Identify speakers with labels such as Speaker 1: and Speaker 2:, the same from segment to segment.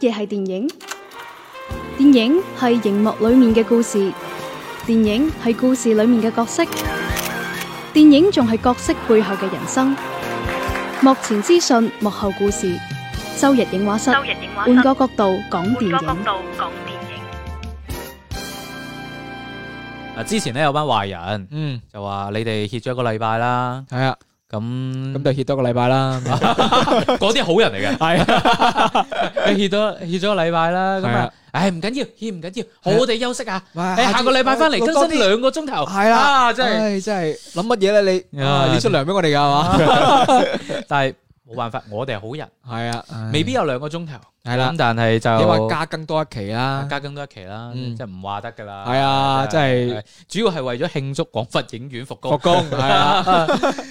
Speaker 1: 嘢係電影？電影係熒幕裏面嘅故事，電影係故事裏面嘅角色，電影仲係角色背後嘅人生。幕前資訊，幕後故事。周日影畫室，
Speaker 2: 周日映畫室
Speaker 1: 換個角度講電
Speaker 2: 換個角
Speaker 1: 影。
Speaker 2: 度講電影。
Speaker 3: 啊，之前咧有班壞人
Speaker 4: 嗯，
Speaker 3: 就話你哋歇咗一個禮拜啦，
Speaker 4: 系啊，
Speaker 3: 咁
Speaker 4: 咁就歇多個禮拜 啦。
Speaker 3: 嗰啲係好人嚟嘅。
Speaker 4: 係 啊，
Speaker 3: 你歇咗歇咗個禮拜啦，咁
Speaker 4: 係
Speaker 3: 啊
Speaker 4: 啊，
Speaker 3: 唉唔緊要，歇唔緊要，
Speaker 4: 係啊
Speaker 3: 我哋休息下。
Speaker 4: 喂
Speaker 3: 誒下個禮拜翻嚟更新兩個鐘頭，
Speaker 4: 系啦，
Speaker 3: 啊真係，
Speaker 4: 唉真係諗乜嘢咧？你
Speaker 3: 啊
Speaker 4: 啊你出糧俾我哋㗎係嘛？
Speaker 3: 但係冇辦法，我哋係好人，
Speaker 4: 係啊，
Speaker 3: 未必有兩個鐘頭。
Speaker 4: 係啦
Speaker 3: 咁。但係就
Speaker 4: 你話加更多一期啦，
Speaker 3: 加更多一期啦，
Speaker 4: 嗯
Speaker 3: 即係唔話得㗎啦。
Speaker 4: 係啊真係
Speaker 3: 係主要係為咗慶祝廣佛影院復
Speaker 4: 復
Speaker 3: 工。
Speaker 4: 工 係啊，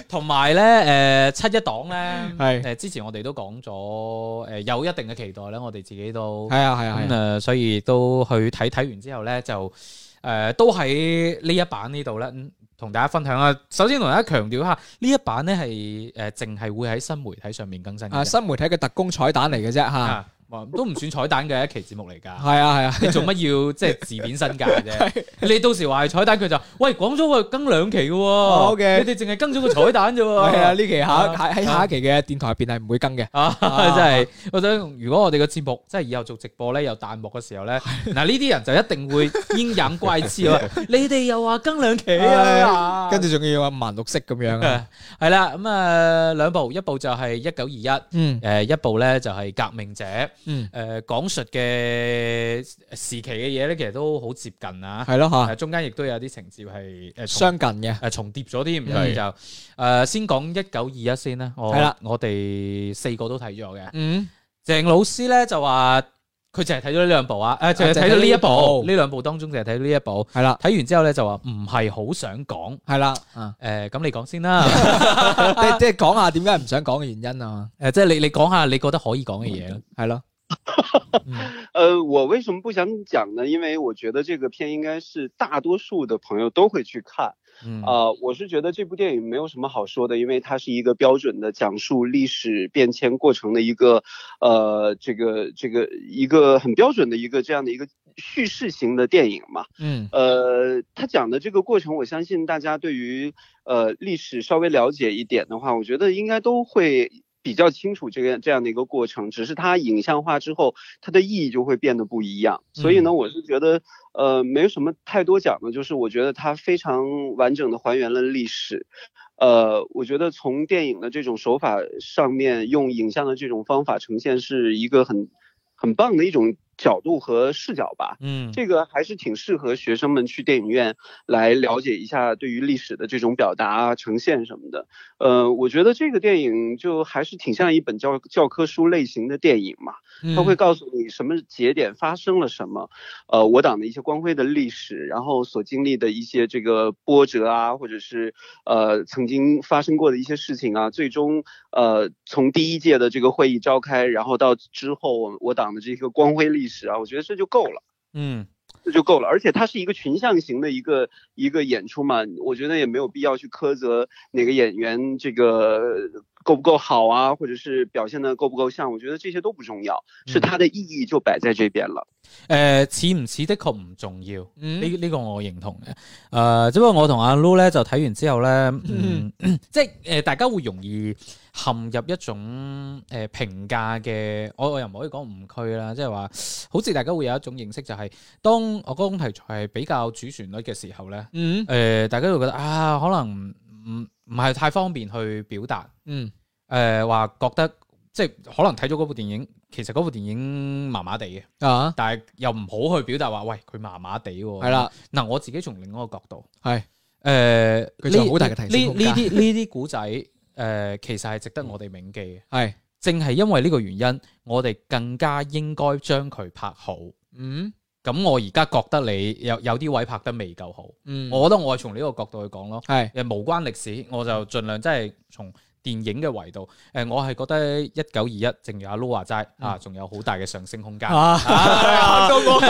Speaker 3: 同埋咧，誒七一黨咧，
Speaker 4: 係
Speaker 3: 誒之前我哋都講咗，誒有一定嘅期待咧，我哋自己都
Speaker 4: 係啊，係啊，
Speaker 3: 咁
Speaker 4: 係啊，
Speaker 3: 誒，所以都去睇睇完之後咧，就誒都喺呢一版呢度咧，嗯同大家分享啊。首先同大家強調一下，呢一版咧係誒淨係會喺新媒體上面更新嘅
Speaker 4: 啊
Speaker 3: 啫，
Speaker 4: 新媒體嘅特工彩蛋嚟嘅啫吓，
Speaker 3: 啊，哇都唔算彩蛋嘅一期節目嚟㗎。
Speaker 4: 係啊係啊，
Speaker 3: 你做乜要即係字面身價 啫？你到時話係彩蛋，佢就喂講咗我更兩期嘅喎
Speaker 4: 哦，OK
Speaker 3: 你哋淨係更咗個彩蛋啫喎。
Speaker 4: 係啊呢期下
Speaker 3: 啊
Speaker 4: 喺喺下一期嘅電台入邊係唔會更嘅，
Speaker 3: 啊，
Speaker 4: 啊
Speaker 3: 真係！我想，如果我哋嘅節目即係以後做直播咧，有彈幕嘅時候咧，嗱呢啲人就一定 會陰陽怪痴啊！你哋又話更兩
Speaker 4: 哎
Speaker 3: 期啊，
Speaker 4: 跟住仲要有五顏六色咁樣啊，
Speaker 3: 係啦，咁啊兩部，一部就係一九二一，
Speaker 4: 嗯
Speaker 3: 誒一部咧就係革命者，誒
Speaker 4: 嗯，
Speaker 3: 講述嘅時期嘅嘢咧，其實都好接近啊，
Speaker 4: 係咯吓
Speaker 3: 誒，中間亦都有啲情節係誒重
Speaker 4: 相近嘅，
Speaker 3: 誒重疊咗添，
Speaker 4: 嗯
Speaker 3: 所以就誒先講一九二一先啦，我
Speaker 4: 係啦
Speaker 3: 我哋四個都睇咗嘅。
Speaker 4: 嗯
Speaker 3: 鄭老師咧就話佢淨係睇咗呢兩部啊，誒淨係睇咗呢一
Speaker 4: 淨係睇呢一
Speaker 3: 部，
Speaker 4: 部
Speaker 3: 呢兩部當中淨係睇咗呢一部。
Speaker 4: 係啦
Speaker 3: 睇完之後咧就話唔係好想講，
Speaker 4: 係啦，啊
Speaker 3: 誒咁你講先啦，
Speaker 4: 即即係講下點解唔想講嘅原因啊嘛，
Speaker 3: 誒即係你你講下你覺得可以講嘅嘢啦。
Speaker 4: 係咯，
Speaker 5: 呃，我为什么不想讲呢？因为我觉得这个片应该是大多数的朋友都会去看。
Speaker 3: 嗯
Speaker 5: 啊、我是觉得这部电影没有什么好说的，因为它是一个标准的讲述历史变迁过程的一个，呃，这个这个一个很标准的一个这样的一个叙事型的电影嘛。
Speaker 4: 嗯
Speaker 5: 呃，他讲的这个过程，我相信大家对于呃历史稍微了解一点的话，我觉得应该都会比较清楚这个这样的一个过程。只是它影像化之后，它的意义就会变得不一样。所以呢，我是觉得呃没有什么太多讲的，就是我觉得它非常完整的还原了历史。呃，我觉得从电影的这种手法上面，用影像的这种方法呈现，是一个很很棒的一种角度和视角吧。
Speaker 3: 嗯
Speaker 5: 这个还是挺适合学生们去电影院来了解一下对于历史的这种表达啊、呈现什么的。呃，我觉得这个电影就还是挺像一本教教科书类型的电影嘛，
Speaker 3: 嗯
Speaker 5: 它会告诉你什么节点发生了什么，呃，我党的一些光辉的历史，然后所经历的一些这个波折啊，或者是呃曾经发生过的一些事情啊，最终呃从第一届的这个会议召开，然后到之后我我党的这个光辉历史啊，我觉得这就够了。
Speaker 3: 嗯
Speaker 5: 这就够了。而且它是一个群像型的一个一个演出嘛，我觉得也没有必要去苛责哪个演员这个够不够好啊，或者是表现的够不够像，我觉得这些都不重要，是它的意义就摆在这边了。
Speaker 3: 誒似唔似的確唔重要，
Speaker 4: 嗯
Speaker 3: 呢呢個我認同嘅。誒只不過我同阿 Lu 咧就睇完之後咧，嗯 即係誒大家會容易陷入一種誒評價嘅，我我又唔可以講誤區啦，即係話好似大家會有一種認識就係當我嗰種題材係比較主旋律嘅時候咧，
Speaker 4: 嗯
Speaker 3: 誒、大家會覺得啊，可能唔唔係太方便去表達，
Speaker 4: 嗯
Speaker 3: 誒話覺得即係可能睇咗嗰部電影，其實嗰部電影麻麻地嘅，
Speaker 4: 啊
Speaker 3: 但係又唔好去表達話，喂佢麻麻地喎。
Speaker 4: 係，啦，
Speaker 3: 嗱我自己從另一個角度，
Speaker 4: 係
Speaker 3: 誒
Speaker 4: 佢仲有好大嘅提
Speaker 3: 呢
Speaker 4: 升空間
Speaker 3: 呢啲呢啲古仔誒，其實係值得我哋銘記嘅。
Speaker 4: 係
Speaker 3: 正係因為呢個原因，我哋更加應該將佢拍好。
Speaker 4: 嗯
Speaker 3: 咁我而家覺得你有有啲位拍得未夠好，
Speaker 4: 嗯
Speaker 3: 我覺得我係從呢個角度去講咯。
Speaker 4: 係
Speaker 3: 誒無關歷史，我就盡量真係從電影嘅維度。誒、呃我係覺得一九二一，正如阿 Lu 話齋
Speaker 4: 嗯
Speaker 3: 啊，仲有好大嘅上升空間。
Speaker 4: 啊，到我，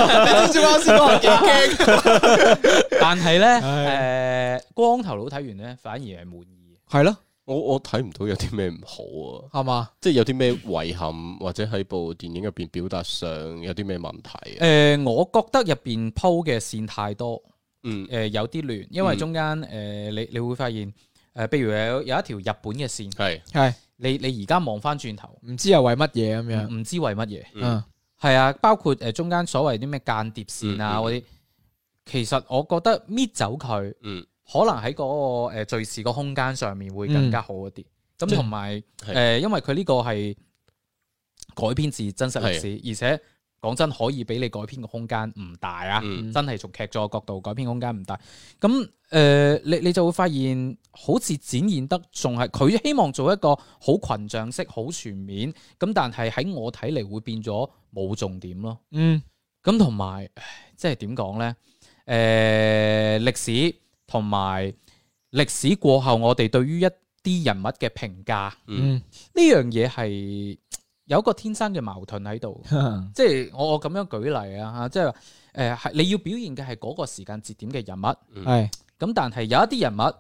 Speaker 4: 你知唔知我先我幾驚？
Speaker 3: 但係咧，誒、
Speaker 4: 唉
Speaker 3: 光頭佬睇完咧，反而係滿意嘅。
Speaker 4: 係咯，
Speaker 2: 我我睇唔到有啲咩唔好啊，
Speaker 4: 係嘛？
Speaker 2: 即係有啲咩遺憾或者喺部電影入邊表達上有啲咩問題啊？
Speaker 3: 诶、我覺得入边鋪嘅線太多，
Speaker 2: 嗯
Speaker 3: 诶、有啲亂，因為中間诶、你你會發現诶，譬、如有有一條日本嘅線，
Speaker 2: 係
Speaker 4: 係
Speaker 3: 你你而家望翻轉頭，
Speaker 4: 唔知又為乜嘢咁樣？
Speaker 3: 唔知為乜嘢，
Speaker 2: 嗯
Speaker 4: 嗯，
Speaker 3: 係啊，包括诶、中間所謂啲咩間諜線啊
Speaker 2: 嗯嗯
Speaker 3: 嗰啲，其實我覺得搣走佢。
Speaker 2: 嗯
Speaker 3: 可能喺嗰個誒呃敘事個空間上面會更加好一啲。咁
Speaker 4: 即係
Speaker 3: 同埋
Speaker 2: 係
Speaker 3: 誒，因為佢呢個係改編自真實歷史，而且講真可以俾你改編嘅空間唔大啊。
Speaker 2: 嗯
Speaker 3: 真係從劇作角度改編空間唔大。咁誒、呃你你就會發現好似展現得仲係佢希望做一個好群像式、好全面。咁但係喺我睇嚟會變咗冇重點咯。
Speaker 4: 嗯，
Speaker 3: 咁同埋唉即係點講呢？誒、歷史同埋歷史過後，我哋對於一啲人物嘅評價，呢
Speaker 2: 嗯
Speaker 4: 嗯，
Speaker 3: 樣嘢係有一個天生嘅矛盾喺
Speaker 4: 嗯
Speaker 3: 度。即係我我咁樣舉例啊嚇，即係誒係你要表現嘅係嗰個時間節點嘅人物，
Speaker 2: 嗯
Speaker 4: 係
Speaker 3: 咁但係有一啲人物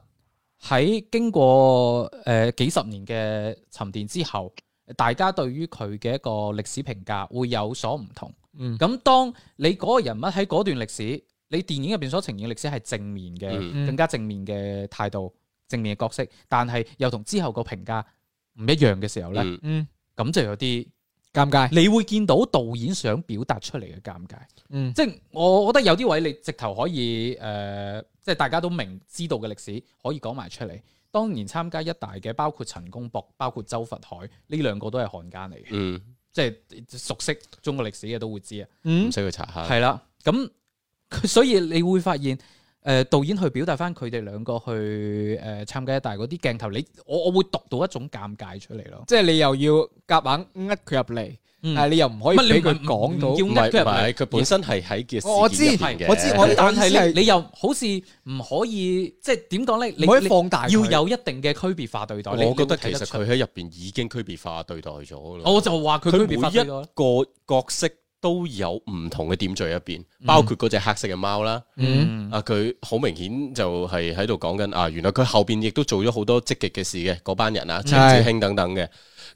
Speaker 3: 喺經過誒、呃、幾十年嘅沉澱之後，大家對於佢嘅一個歷史評價會有所唔同。
Speaker 4: 嗯
Speaker 3: 咁當你嗰個人物喺嗰段歷史，你電影入邊所呈現嘅歷史係正面嘅，
Speaker 2: 嗯
Speaker 3: 更
Speaker 4: 嗯
Speaker 3: 加正面嘅態度、正面嘅角色，但係又同之後個評價唔一樣嘅時候呢，
Speaker 2: 嗯
Speaker 4: 嗯，
Speaker 3: 咁、就有啲
Speaker 4: 尷尬，
Speaker 3: 你會見到導演想表達出嚟嘅尷尬。
Speaker 4: 嗯
Speaker 3: 即係我覺得有啲位你直頭可以誒、呃即係大家都明知道嘅歷史可以講埋出嚟。當年參加一大嘅，包括陳公博、包括周佛海呢兩個都係漢奸嚟嘅，
Speaker 2: 嗯，
Speaker 3: 即係熟悉中國歷史嘅都會知啊。
Speaker 4: 嗯
Speaker 2: 唔使去查下，
Speaker 3: 係啦，咁佢 所以你會發現，誒、呃導演去表達翻佢哋兩個去誒、呃、參加一大嗰啲鏡頭，你我我會讀到一種尷尬出嚟咯。
Speaker 4: 即係你又要夾硬呃佢入嚟，
Speaker 3: 嗯
Speaker 4: 但係你又唔可以
Speaker 3: 唔係你
Speaker 4: 俾
Speaker 3: 唔
Speaker 4: 佢
Speaker 3: 唔
Speaker 4: 講到
Speaker 3: 唔。
Speaker 2: 唔
Speaker 3: 要呃佢
Speaker 2: 係唔
Speaker 3: 入嚟
Speaker 2: 係，佢本身係喺嘅
Speaker 4: 我我
Speaker 2: 事
Speaker 4: 知
Speaker 2: 件入邊嘅，
Speaker 4: 我知我
Speaker 3: 但係
Speaker 4: 但
Speaker 3: 你
Speaker 4: 係
Speaker 3: 你又好似唔可以，即係點講咧？你
Speaker 4: 唔可以
Speaker 3: 你
Speaker 4: 放大佢
Speaker 3: 要有一定嘅區別化對待。你
Speaker 2: 我覺得
Speaker 3: 你會睇得
Speaker 2: 其實
Speaker 3: 出
Speaker 2: 佢喺入邊已經區別化對待咗啦。
Speaker 3: 我就話佢
Speaker 2: 佢
Speaker 3: 區
Speaker 2: 每
Speaker 3: 別化對待
Speaker 2: 一個角色都有唔同嘅點綴入邊，包括嗰只黑色嘅貓啦。
Speaker 3: 嗯
Speaker 2: 啊，佢好明顯就係喺度講緊啊，原來佢後邊亦都做咗好多積極嘅事嘅，嗰班人啊，陳
Speaker 4: 係
Speaker 2: 子興等等嘅，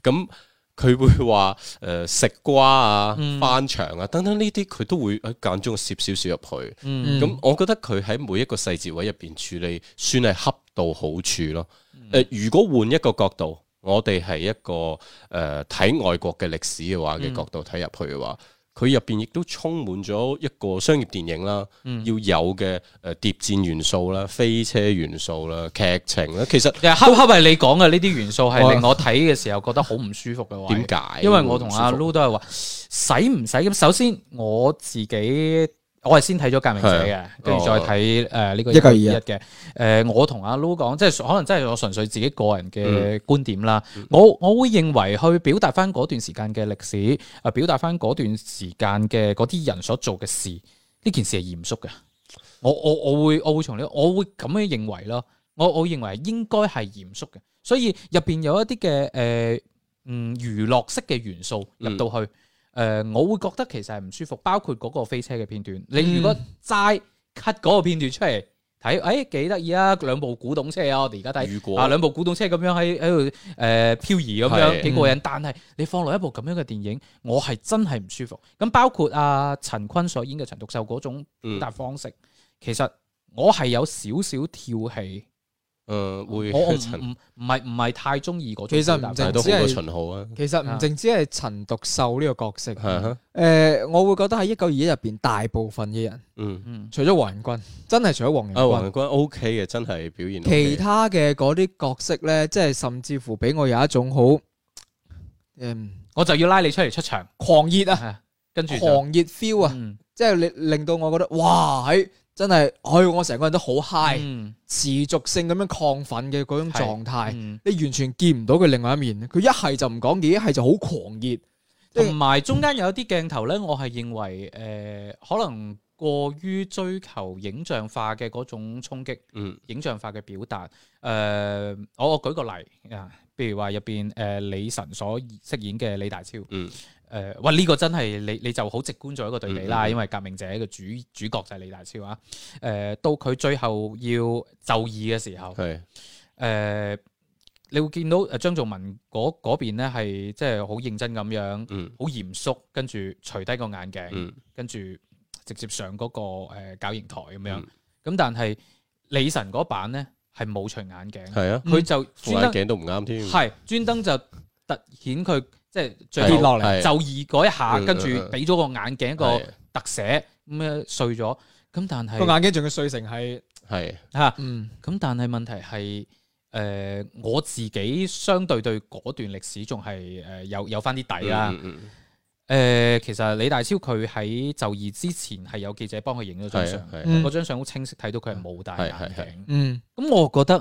Speaker 2: 咁佢會話誒、呃食瓜啊、翻牆啊等等呢啲，佢都會喺間中攝少少入去。
Speaker 3: 嗯
Speaker 2: 咁、我覺得佢喺每一個細節位入邊處理，算係恰到好處咯。
Speaker 3: 嗯
Speaker 2: 誒、如果換一個角度，我哋係一個誒睇、外國嘅歷史嘅話
Speaker 3: 嗯
Speaker 2: 嘅角度睇入去嘅話，佢入邊亦都充滿咗一個商業電影啦，
Speaker 3: 嗯
Speaker 2: 要有嘅誒、呃、諜戰元素啦、飛車元素啦、劇情啦，
Speaker 3: 其
Speaker 2: 其實
Speaker 3: 實恰恰係你講嘅呢啲元素係
Speaker 4: 哇
Speaker 3: 令我睇嘅時候覺得好唔舒服嘅話。
Speaker 2: 點解？
Speaker 3: 因為我同阿
Speaker 2: 唔舒服
Speaker 3: Lu 都係話使唔使咁。首先我自己我係先睇咗《革命者》
Speaker 2: 係啊哦
Speaker 3: 嘅，跟住再睇誒呢個
Speaker 4: 一九二
Speaker 3: 一
Speaker 4: 一
Speaker 3: 嘅。誒、我同阿 Lu 講，即係可能真係我純粹自己個人
Speaker 2: 嗯
Speaker 3: 嘅觀點啦。我我會認為去表達翻嗰段時間嘅歷史，誒、表達翻嗰段時間嘅嗰啲人所做嘅事，呢件事係嚴肅嘅。我我我會我會從呢，我會咁樣認為咯。我我認為應該係嚴肅嘅，所以入邊有一啲嘅誒嗯娛樂式嘅元素
Speaker 2: 嗯
Speaker 3: 入到去，誒、我會覺得其實係唔舒服。包括嗰個飛車嘅片段，
Speaker 2: 嗯
Speaker 3: 你如果齋 cut 嗰個片段出嚟睇，誒幾得意啊！兩部古董車啊，我哋而家睇
Speaker 2: 如果
Speaker 3: 啊兩部古董車咁樣喺喺度誒漂移咁樣
Speaker 2: 係嗯
Speaker 3: 幾過癮，但係你放落一部咁樣嘅電影，我係真係唔舒服。咁包括阿、陳坤所演嘅陳獨秀嗰種
Speaker 2: 嗯
Speaker 3: 表達方式，其實我係有少少跳戲。
Speaker 2: 嗯、會
Speaker 3: 我我唔
Speaker 2: 陳
Speaker 3: 唔唔係唔係太中意嗰種
Speaker 4: 其實
Speaker 3: 表達
Speaker 4: 唔
Speaker 3: 方
Speaker 2: 但
Speaker 4: 淨
Speaker 3: 式
Speaker 2: 係都好
Speaker 4: 只
Speaker 2: 過
Speaker 4: 係
Speaker 2: 秦浩啊，
Speaker 4: 其實唔淨止係陳獨秀呢個角
Speaker 3: 嗯
Speaker 4: 色，
Speaker 2: 係啊，
Speaker 4: 誒，我會覺得喺一九二一入邊，大部分嘅人，
Speaker 2: 嗯。
Speaker 3: 嗯
Speaker 4: 除咗黃仁君，真係除咗黃仁
Speaker 2: 啊，
Speaker 4: 君
Speaker 2: 黃。仁君 O K 嘅，真係表現 OK
Speaker 4: 其他嘅嗰啲角色咧，即係甚至乎俾我有一種好嗯
Speaker 3: 我就要拉你出嚟出場，
Speaker 4: 狂熱啊、
Speaker 3: 啊跟住就
Speaker 4: 狂熱 feel 啊，
Speaker 3: 嗯
Speaker 4: 即係令令到我覺得哇，喺真係，唉，我成個人都好 high，、
Speaker 3: 嗯
Speaker 4: 持續性咁樣亢奮嘅嗰種狀態，
Speaker 3: 嗯
Speaker 4: 你完全見唔到佢另外一面。啊佢一係就唔講嘢，一係就好狂熱。即係
Speaker 3: 同埋中間有一啲鏡頭咧，我係認為誒、可能過於追求影像化嘅嗰種衝擊，
Speaker 2: 嗯
Speaker 3: 影像化嘅表達。誒、我我舉個例啊，譬如話入邊誒李晨所飾演嘅李大超。
Speaker 2: 嗯
Speaker 3: 誒，哇！呢個真係你你就好直觀做一個對比啦，
Speaker 2: 嗯嗯嗯
Speaker 3: 因為革命者嘅主主角就係李大超啊。誒、到佢最後要就義嘅時候，誒、
Speaker 2: 係
Speaker 3: 呃你會見到誒張頌文嗰嗰邊咧係即係好認真咁樣，
Speaker 2: 嗯
Speaker 3: 好嚴肅，跟住除低個眼鏡，
Speaker 2: 嗯
Speaker 3: 跟住直接上嗰、個誒搞型台咁樣。咁
Speaker 2: 嗯、
Speaker 3: 但係李晨嗰版咧係冇除眼鏡，
Speaker 2: 係啊，
Speaker 4: 嗯
Speaker 3: 佢就
Speaker 2: 副
Speaker 3: 嗯專登
Speaker 2: 眼鏡都唔啱添，
Speaker 3: 係專登就突顯佢即係最
Speaker 2: 係
Speaker 3: 後
Speaker 4: 落嚟
Speaker 2: 係
Speaker 3: 就義嗰一下，
Speaker 2: 嗯
Speaker 3: 跟住
Speaker 2: 嗯嗯
Speaker 3: 俾咗個眼鏡一個
Speaker 2: 係
Speaker 3: 特寫，咁樣碎咗。咁但係
Speaker 4: 個眼鏡仲要碎成係，
Speaker 2: 係
Speaker 3: 嚇。
Speaker 4: 嗯，
Speaker 3: 咁但係問題係，誒、呃我自己相對對嗰段歷史仲係誒有有翻啲底啦。誒、呃
Speaker 2: 嗯嗯嗯
Speaker 3: 其實李大超佢喺就義之前係有記者幫佢影咗張
Speaker 2: 係
Speaker 3: 相
Speaker 2: 啊，係啊
Speaker 4: 嗯
Speaker 3: 嗰張相好清晰睇到佢係冇戴眼
Speaker 2: 係係
Speaker 3: 鏡。
Speaker 4: 嗯，
Speaker 3: 咁我覺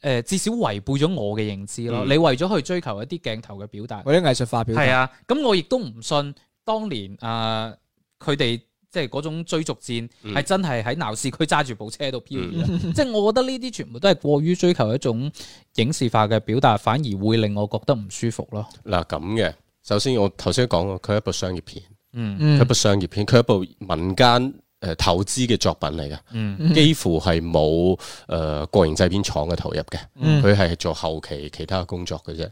Speaker 3: 得誒、至少違背咗我嘅認知咯。
Speaker 2: 嗯
Speaker 3: 你為咗去追求一啲鏡頭嘅表達，
Speaker 4: 或者藝術化表
Speaker 3: 嗯係
Speaker 4: 達，
Speaker 3: 啊，咁我亦都唔信當年啊，佢哋即係嗰種追逐戰
Speaker 2: 嗯
Speaker 3: 係真係喺鬧市區揸住部車度漂移啦。啊 即係我覺得呢啲全部都係過於追求一種影視化嘅表達，反而會令我覺得唔舒服咯。
Speaker 2: 嗱咁嘅。首先我頭先講過，佢係一部商業片，
Speaker 3: 嗯
Speaker 2: 佢
Speaker 4: 嗯
Speaker 2: 係一部商業片，佢係一部民間誒投資嘅作品嚟嘅。
Speaker 3: 嗯
Speaker 2: 幾乎係冇誒國營製片廠嘅投入嘅，
Speaker 4: 嗯
Speaker 2: 佢係做後期其他嘅工作嘅啫。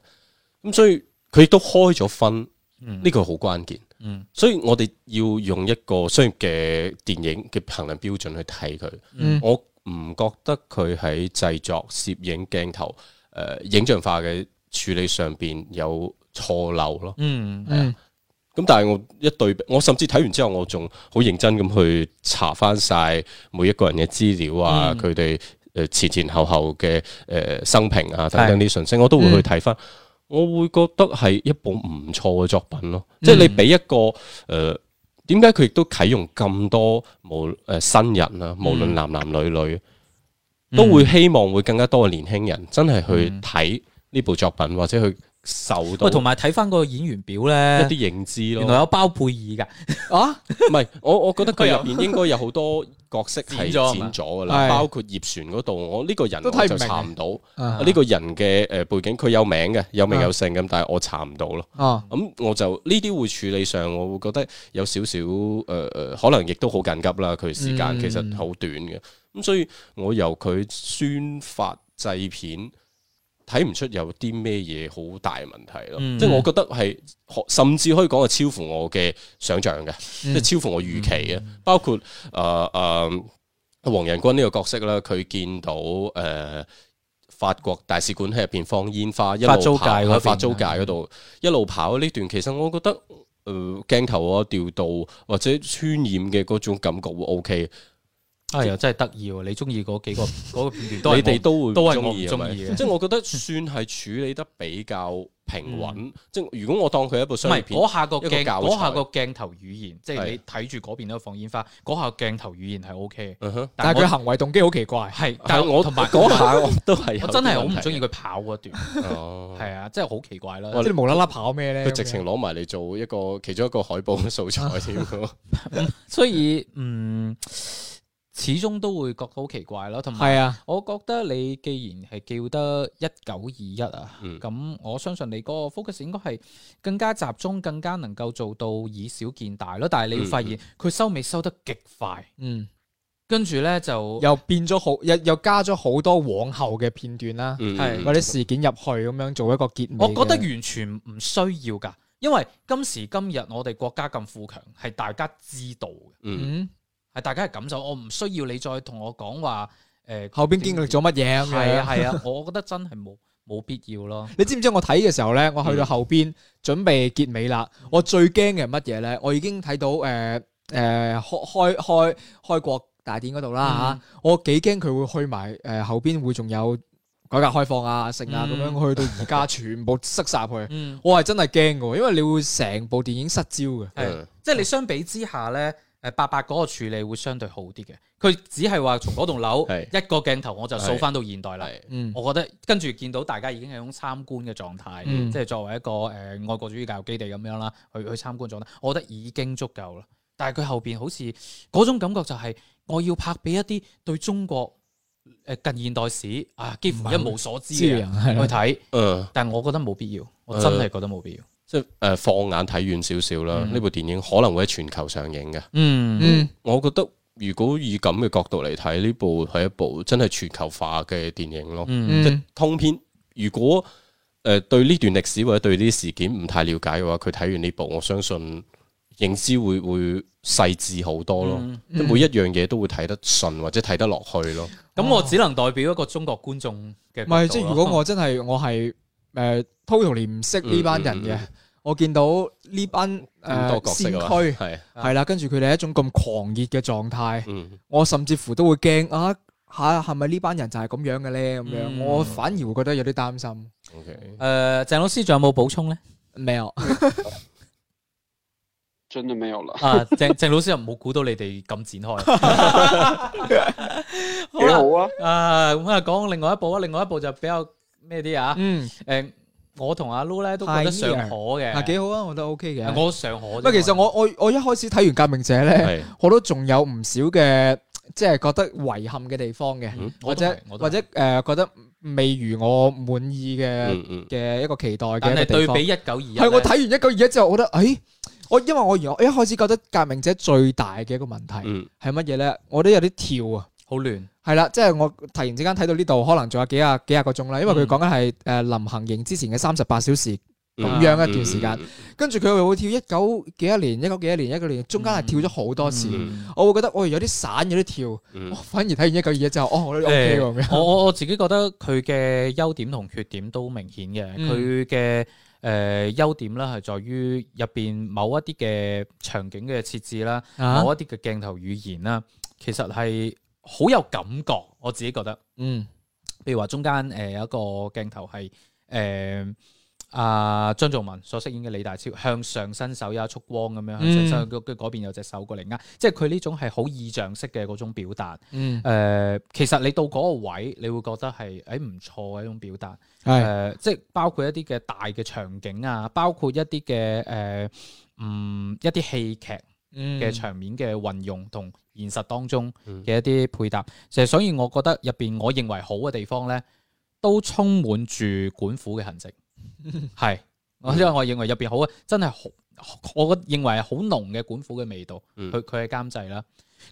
Speaker 2: 咁所以佢亦都開咗分，
Speaker 3: 嗯
Speaker 2: 呢個好關鍵。
Speaker 3: 嗯
Speaker 2: 所以我哋要用一個商業嘅電影嘅衡量標準去睇佢。
Speaker 4: 嗯
Speaker 2: 我唔覺得佢喺製作、攝影、鏡頭、誒、呃影像化嘅處理上邊有錯漏咯。
Speaker 3: 嗯
Speaker 4: 嗯
Speaker 2: 咁但係我一對比，我甚至睇完之後，我仲好認真咁去查翻晒每一個人嘅資料啊，
Speaker 3: 嗯
Speaker 2: 佢哋誒前前後後嘅誒、呃生平啊等等啲信息，我都會去睇
Speaker 3: 嗯
Speaker 2: 翻。我會覺得係一部唔錯嘅作品咯，
Speaker 3: 嗯
Speaker 2: 即係你俾一個誒點解佢亦都啟用咁多無誒、呃新人啊，無論
Speaker 3: 嗯
Speaker 2: 男男女女，都會希望會更加多嘅年輕人真係去
Speaker 3: 嗯
Speaker 2: 睇呢部作品，或者去受
Speaker 3: 喂，
Speaker 2: 到
Speaker 3: 同埋睇翻個演員表
Speaker 2: 一
Speaker 3: 咧，
Speaker 2: 啲認知咯。
Speaker 3: 原來有包貝爾㗎。
Speaker 4: 啊，
Speaker 2: 唔係，我我覺得佢
Speaker 3: 佢有
Speaker 2: 入邊應該有好多角色係
Speaker 3: 剪咗啊嘛
Speaker 2: 剪咗噶
Speaker 4: 係
Speaker 2: 啦，包括葉璇嗰度，我呢個人
Speaker 4: 都睇
Speaker 2: 我
Speaker 4: 唔明
Speaker 2: 就查唔到，
Speaker 4: 啊
Speaker 2: 呢個人嘅誒背景佢有名嘅，有名
Speaker 4: 啊
Speaker 2: 有姓咁，但係我查唔到咯。
Speaker 4: 啊，
Speaker 2: 咁我就呢啲會處理上，我會覺得有少少誒誒，可能亦都好緊急啦。佢時間
Speaker 3: 嗯
Speaker 2: 其實好短嘅，咁、所以我由佢宣發製片睇唔出有啲咩嘢好大問題咯。
Speaker 3: 嗯
Speaker 2: 即係我覺得係可甚至可以講係超乎我嘅想像嘅，
Speaker 3: 嗯
Speaker 2: 即係超乎我預期嘅。包括誒誒、呃呃黃仁君呢個角色啦，佢見到誒。呃法國大使館喺入邊放煙花，一路
Speaker 3: 法租界
Speaker 2: 跑啊
Speaker 3: 嗰邊啊
Speaker 2: 法租界嗰度一路跑呢段，其實我覺得誒、呃、鏡頭啊調度或者渲染嘅嗰種感覺會 O K，
Speaker 3: 哎呀，真係得意喎！你中意嗰 幾個嗰個片段都係
Speaker 2: 你哋
Speaker 3: 我
Speaker 2: 都會
Speaker 3: 都係
Speaker 2: 中意
Speaker 3: 我唔
Speaker 2: 係咪
Speaker 3: 鍾意嘅
Speaker 2: 即係我覺得算係處理得比較平穩。即係如果我當佢係一
Speaker 3: 嗯
Speaker 2: 部
Speaker 3: 唔
Speaker 2: 商
Speaker 3: 係
Speaker 2: 業片，
Speaker 3: 嗰下個
Speaker 2: 一個
Speaker 3: 鏡，
Speaker 2: 教材
Speaker 3: 嗰下個鏡頭語言，即係
Speaker 2: 係
Speaker 3: 你睇住嗰邊喺度放煙花，嗰下鏡頭語言係 O K 嘅。
Speaker 2: 嗯哼
Speaker 4: 但係佢
Speaker 3: 我
Speaker 4: 行為動機好奇怪，
Speaker 3: 係，但
Speaker 2: 但
Speaker 3: 係
Speaker 2: 係我
Speaker 3: 同埋
Speaker 2: 嗰下我都係有
Speaker 3: 我真係好
Speaker 2: 啲問
Speaker 3: 唔
Speaker 2: 題
Speaker 3: 中意佢跑嗰段，
Speaker 2: 嘅哦
Speaker 3: 係啊，真係好奇怪啦。
Speaker 4: 即係無啦啦跑咩咧？
Speaker 2: 佢直情攞埋嚟做一個其中一個海報嘅素材
Speaker 3: 啊
Speaker 2: 添喎。
Speaker 3: 所以嗯，始終都會覺得好奇怪咯。同埋，
Speaker 4: 係啊，
Speaker 3: 我覺得你既然係叫得一九二一啊，
Speaker 2: 嗯
Speaker 3: 咁、我相信你嗰個 focus 應該係更加集中，更加能夠做到以小見大咯。但係你會發現佢收尾收得極快，
Speaker 4: 嗯，
Speaker 3: 跟住咧就
Speaker 4: 又變咗好，又又加咗好多往後嘅片段啦，
Speaker 2: 嗯
Speaker 3: 係
Speaker 4: 或者事件入去咁樣做一個結尾
Speaker 3: 我
Speaker 4: 嘅。
Speaker 3: 覺得完全唔需要㗎，因為今時今日我哋國家咁富強，係大家知道嘅，
Speaker 2: 嗯
Speaker 4: 嗯，
Speaker 3: 係大家係感受。我唔需要你再同我講話誒
Speaker 4: 後邊經歷咗乜嘢咁樣
Speaker 3: 係啊係啊，我覺得真係冇冇必要咯。
Speaker 4: 你知唔知我睇嘅時候咧，我去到
Speaker 2: 嗯
Speaker 4: 後邊準備結尾啦，我最驚嘅係乜嘢咧？我已經睇到誒誒開開開開國大典嗰度
Speaker 3: 嗯
Speaker 4: 啦嚇，我幾驚佢會去埋誒後邊會仲有改革開放啊、成啊咁
Speaker 3: 嗯
Speaker 4: 樣，去到而家全部塞晒入去，
Speaker 3: 嗯，
Speaker 4: 我係真係驚嘅喎，因為你會成部電影失焦嘅。
Speaker 3: 係
Speaker 2: 嗯，
Speaker 3: 即係你相比之下咧。誒八八嗰個處理會相對好啲嘅，佢只係話從嗰棟樓
Speaker 2: 係
Speaker 3: 一個鏡頭我就掃翻到現代啦。
Speaker 2: 係
Speaker 4: 嗯
Speaker 3: 我覺得跟住見到大家已經係一種參觀嘅狀態，
Speaker 4: 嗯
Speaker 3: 即係作為一個誒、呃、愛國主義教育基地咁樣啦，去去參觀狀態，我覺得已經足夠啦。但係佢後邊好似嗰種感覺就係、我要拍俾一啲對中國誒、呃近現代史啊幾乎一無所知嘅人
Speaker 4: 係
Speaker 3: 去
Speaker 4: 啦
Speaker 3: 睇，
Speaker 2: 嗯。
Speaker 3: 但係我覺得冇必要，我真係覺得冇必要。
Speaker 2: 即係誒放眼睇遠少少啦，
Speaker 3: 嗯
Speaker 2: 呢、部電影可能會喺全球上映嘅。
Speaker 3: 嗯
Speaker 4: 嗯
Speaker 2: 我覺得如果以咁嘅角度嚟睇，呢部係一部真係全球化嘅電影咯。
Speaker 3: 嗯
Speaker 4: 嗯
Speaker 2: 通篇如果诶、呃、对呢段歷史或者對呢啲事件唔太了解嘅話，佢睇完呢部，我相信認知會會細緻好多咯。
Speaker 3: 嗯
Speaker 2: 即係每一樣嘢都會睇得順或者睇得落去咯。
Speaker 3: 咁我只能代表一個中國觀眾嘅角度
Speaker 4: 唔
Speaker 3: 咯。
Speaker 4: 係，即係如果我真係我係誒 totally 唔識呢班人嘅
Speaker 2: 嗯嗯嗯，
Speaker 4: 我見到呢班
Speaker 2: 咁多角
Speaker 4: 誒先
Speaker 2: 色啊嘛，
Speaker 4: 驅
Speaker 2: 係
Speaker 4: 係啦，跟住佢哋一種咁狂熱嘅狀態，
Speaker 2: 嗯
Speaker 4: 我甚至乎都會驚啊嚇係咪呢班人就係咁樣嘅咧？咁樣
Speaker 3: 嗯
Speaker 4: 我反而會覺得有啲擔心。
Speaker 2: ，OK，
Speaker 3: 誒鄭老師仲有冇補充咧？
Speaker 4: 咩 啊？
Speaker 5: 真的没有了。
Speaker 3: 啊，鄭鄭老師又冇估到你哋咁展開。好
Speaker 5: 挺
Speaker 3: 啦
Speaker 5: 好，啊，
Speaker 3: 啊咁啊講另外一部啊，另外一部就比較咩啲啊？
Speaker 4: 嗯，
Speaker 3: 誒，我同阿 Lu 咧都覺得尚可
Speaker 4: 嗱
Speaker 3: 嘅，
Speaker 4: 幾好啊，我覺得 OK 嘅。
Speaker 3: 我尚可啫。
Speaker 4: 唔係，其實我我我一開始睇完《革命者》咧，
Speaker 2: 係
Speaker 4: 我都仲有唔少嘅即係覺得遺憾嘅地方嘅，
Speaker 2: 嗯
Speaker 4: 或
Speaker 3: 我都係
Speaker 4: 者
Speaker 3: 我都係
Speaker 4: 或者誒覺得未如我滿意嘅。
Speaker 2: 嗯嗯
Speaker 4: 嘅一個期待嘅
Speaker 3: 但
Speaker 4: 一
Speaker 3: 係
Speaker 4: 個
Speaker 3: 對
Speaker 4: 地方。
Speaker 3: 比一九二一，
Speaker 4: 係我睇完一九二一之後，我覺得，誒、我因為我原來我一開始覺得革命者最大嘅一個問題
Speaker 2: 嗯
Speaker 4: 係乜嘢咧？我都有啲跳啊，
Speaker 3: 好亂。
Speaker 4: 係啦，即係我突然之間睇到呢度，可能仲有幾廿幾廿個鐘啦，因為佢
Speaker 3: 嗯
Speaker 4: 講緊係誒臨行刑之前嘅三十八小時，
Speaker 2: 嗯
Speaker 4: 咁樣一段時
Speaker 2: 嗯
Speaker 4: 間
Speaker 2: 嗯
Speaker 4: 跟住佢又會跳一九幾一年、一九幾一年、一九年，中間係跳咗好多次。
Speaker 3: 嗯
Speaker 4: 我會覺得，我有啲散，有啲跳，
Speaker 2: 嗯
Speaker 4: 我反而睇完一九二一之後，哦，我都 OK 喎咁樣。
Speaker 3: 我我我自己覺得佢嘅優點同缺點都明顯嘅。佢
Speaker 4: 嗯
Speaker 3: 嘅誒優點咧係在於入邊某一啲嘅場景嘅設置啦，
Speaker 4: 啊
Speaker 3: 某一啲嘅鏡頭語言啦，其實係好有感覺。我自己覺得，
Speaker 4: 嗯
Speaker 3: 譬如話中間誒、呃有一個鏡頭係誒阿張頌文所飾演嘅李大超向上伸手有一束光咁樣向上
Speaker 4: 嗯
Speaker 3: 伸，跟跟嗰邊有隻手過嚟握，呃即係佢呢種係好意象式嘅嗰種表達。
Speaker 4: 嗯
Speaker 3: 誒、，呃其實你到嗰個位，你會覺得係誒唔錯嘅一種表達。誒、
Speaker 4: 係
Speaker 3: 即係包括一啲嘅大嘅場景啊，包括一啲嘅誒，嗯，一啲戲劇嘅
Speaker 4: 嘅
Speaker 3: 場面嘅運用同現實當中
Speaker 2: 嗯
Speaker 3: 嘅一啲配搭。就係所以我覺得入邊我認為好嘅地方咧，都充滿住管虎嘅痕跡。係，我因為我認為入邊好嘅真係好。我覺得認為係好濃嘅管虎嘅味道，
Speaker 2: 嗯
Speaker 3: 佢佢嘅監製啦。